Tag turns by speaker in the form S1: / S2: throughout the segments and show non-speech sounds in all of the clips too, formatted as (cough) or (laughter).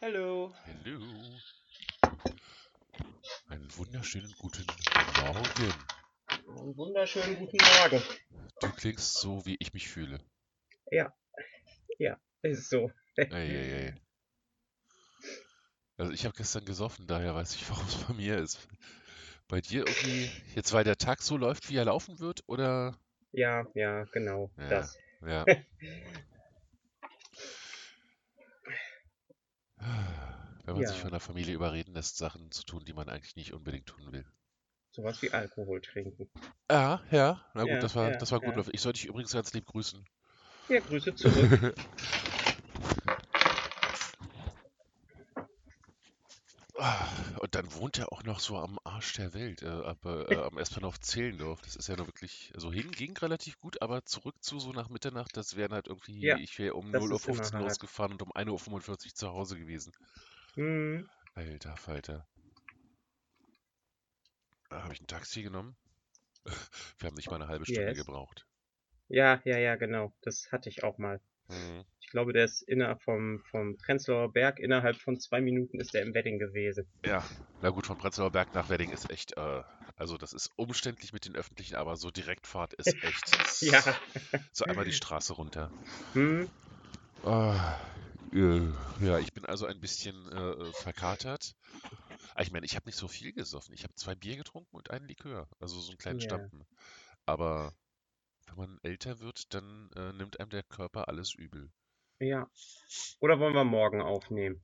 S1: Hallo.
S2: Hallo. Einen wunderschönen guten Morgen.
S1: Einen wunderschönen guten Morgen.
S2: Du klingst so, wie ich mich fühle.
S1: Ja, ist so.
S2: Eieiei. Also ich habe gestern gesoffen, daher weiß ich, warum es bei mir ist. Bei dir irgendwie, jetzt weil der Tag so läuft, wie er laufen wird, oder?
S1: Ja, ja, genau.
S2: Ja.
S1: Das.
S2: Ja. Wenn man sich
S1: Ja.
S2: von der Familie überreden lässt, Sachen zu tun, die man eigentlich nicht unbedingt tun will.
S1: Sowas wie Alkohol trinken.
S2: Ja, Ah, ja. Na gut,
S1: Ja,
S2: das war,
S1: ja,
S2: das war gut.
S1: ja.
S2: Ich sollte dich übrigens ganz lieb grüßen.
S1: Ja, Grüße zurück.
S2: (laughs) Ah, Und dann wohnt er auch noch so am Arsch der Welt, äh, aber, äh, am S-Bahnhof Zehlendorf. Das ist ja nur wirklich, also hin ging relativ gut, aber zurück zu so nach Mitternacht, das wären halt irgendwie,
S1: Ja,
S2: ich wäre um
S1: das ist
S2: 0.15 Uhr
S1: immer hart.
S2: losgefahren und um 1.45 Uhr zu Hause gewesen.
S1: Hm.
S2: Alter Falter. Da habe ich ein Taxi genommen. (laughs) Wir haben nicht mal eine halbe Stunde
S1: Yes.
S2: gebraucht.
S1: Ja, ja, ja, genau. Das hatte ich auch mal.
S2: Mhm.
S1: Ich glaube, der ist innerhalb vom, vom Prenzlauer Berg, innerhalb von zwei Minuten ist er im Wedding gewesen.
S2: Ja, na gut, von Prenzlauer Berg nach Wedding ist echt, äh, also das ist umständlich mit den Öffentlichen, aber so
S1: (laughs)
S2: Direktfahrt ist echt
S1: Ja.
S2: so einmal die Straße runter.
S1: Hm.
S2: Ah, äh, ja, ich bin also ein bisschen äh, äh, verkatert. Ah, ich meine, ich habe nicht so viel gesoffen. Ich habe zwei Bier getrunken und einen Likör, also so einen kleinen
S1: Ja.
S2: Stampen. Aber wenn man älter wird, dann äh, nimmt einem der Körper alles übel.
S1: Ja. Oder wollen wir morgen aufnehmen?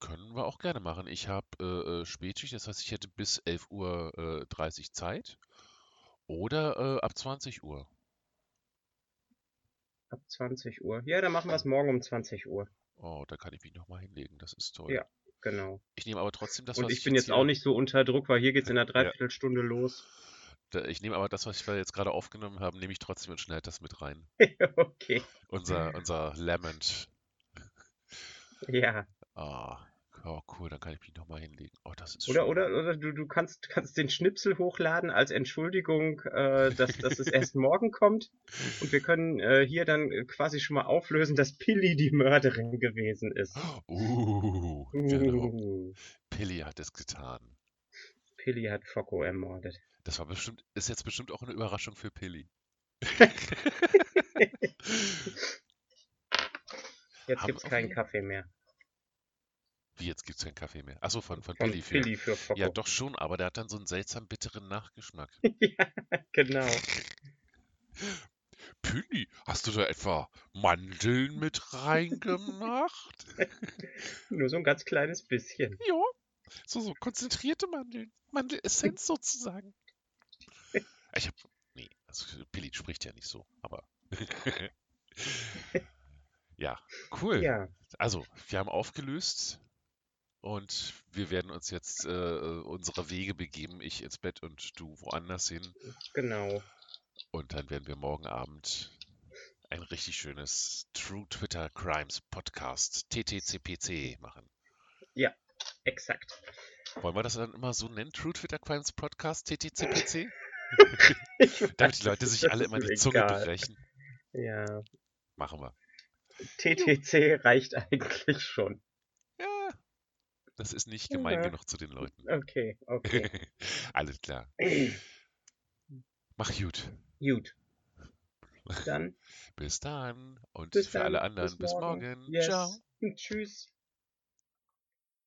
S2: Können wir auch gerne machen. Ich habe äh, äh, Spätschicht, das heißt, ich hätte bis 11.30 Uhr äh, 30 Zeit oder äh, ab 20 Uhr.
S1: Ab 20 Uhr. Ja, dann machen wir es morgen um 20 Uhr.
S2: Oh, da kann ich mich nochmal hinlegen, das ist toll.
S1: Ja. Genau.
S2: Ich nehme aber trotzdem das,
S1: Und
S2: was
S1: ich bin
S2: jetzt
S1: jetzt auch
S2: hier-
S1: nicht so unter Druck, weil hier geht's in einer Dreiviertelstunde los. (laughs)
S2: Da- Ich nehme aber das, was wir jetzt gerade aufgenommen haben, nehme ich trotzdem und schneide das mit rein.
S1: Okay. (laughs)
S2: Unser, unser Lament.
S1: Ja.
S2: Ah, oh, cool, dann kann ich mich nochmal hinlegen. Oh, das ist
S1: Oder,
S2: schön.
S1: oder, oder du, du kannst, kannst den Schnipsel hochladen als Entschuldigung, äh, dass, dass es erst morgen kommt. Und wir können äh, hier dann äh, quasi schon mal auflösen, dass Pilli die Mörderin gewesen ist.
S2: Oh, Uh, genau.
S1: Uh,
S2: Pilli hat es getan.
S1: Pilli hat Focko ermordet.
S2: Das war bestimmt, ist jetzt bestimmt auch eine Überraschung für Pilli.
S1: Jetzt
S2: Haben
S1: gibt's
S2: wir auch
S1: keinen
S2: wieder-
S1: Kaffee mehr.
S2: Wie, jetzt gibt's keinen Kaffee mehr? Achso, von, von
S1: Von
S2: Pilli für.
S1: Pilli für Focko. (laughs)
S2: Ja, doch schon, aber der hat dann so einen seltsam bitteren Nachgeschmack.
S1: Genau.
S2: Pilli, hast du da etwa Mandeln mit reingemacht?
S1: Nur so ein ganz kleines bisschen.
S2: (laughs) Ja, so, so konzentrierte Mandeln. Mandelessenz sozusagen. Ah, Ich hab. Nee, also Billy spricht ja nicht so, aber. (laughs) ja, cool.
S1: Ja,
S2: Also, wir haben aufgelöst und wir werden uns jetzt äh, unsere Wege begeben. Ich ins Bett und du woanders hin.
S1: genau.
S2: Und dann werden wir morgen Abend ein richtig schönes True Twitter Crimes Podcast TTCPC machen. (laughs)
S1: Exakt.
S2: Wollen wir das dann immer so nennen? True Twitter Crimes Podcast
S1: (laughs)
S2: TTCPC? Damit die Leute sich
S1: Das
S2: alle
S1: ist
S2: immer
S1: mir
S2: die Zunge
S1: egal.
S2: brechen.
S1: Ja.
S2: Machen wir.
S1: TTC reicht (laughs) eigentlich schon.
S2: Ja, das ist nicht gemein
S1: Ja.
S2: genug zu den Leuten.
S1: Okay,
S2: (laughs)
S1: okay. (clears throat)
S2: Alles klar. Mach gut.
S1: Gut. Dann
S2: Bis dann. Und
S1: Bis
S2: für
S1: dann.
S2: alle anderen,
S1: Bis
S2: bis
S1: morgen.
S2: morgen.
S1: Yes.
S2: Ciao.
S1: Tschüss.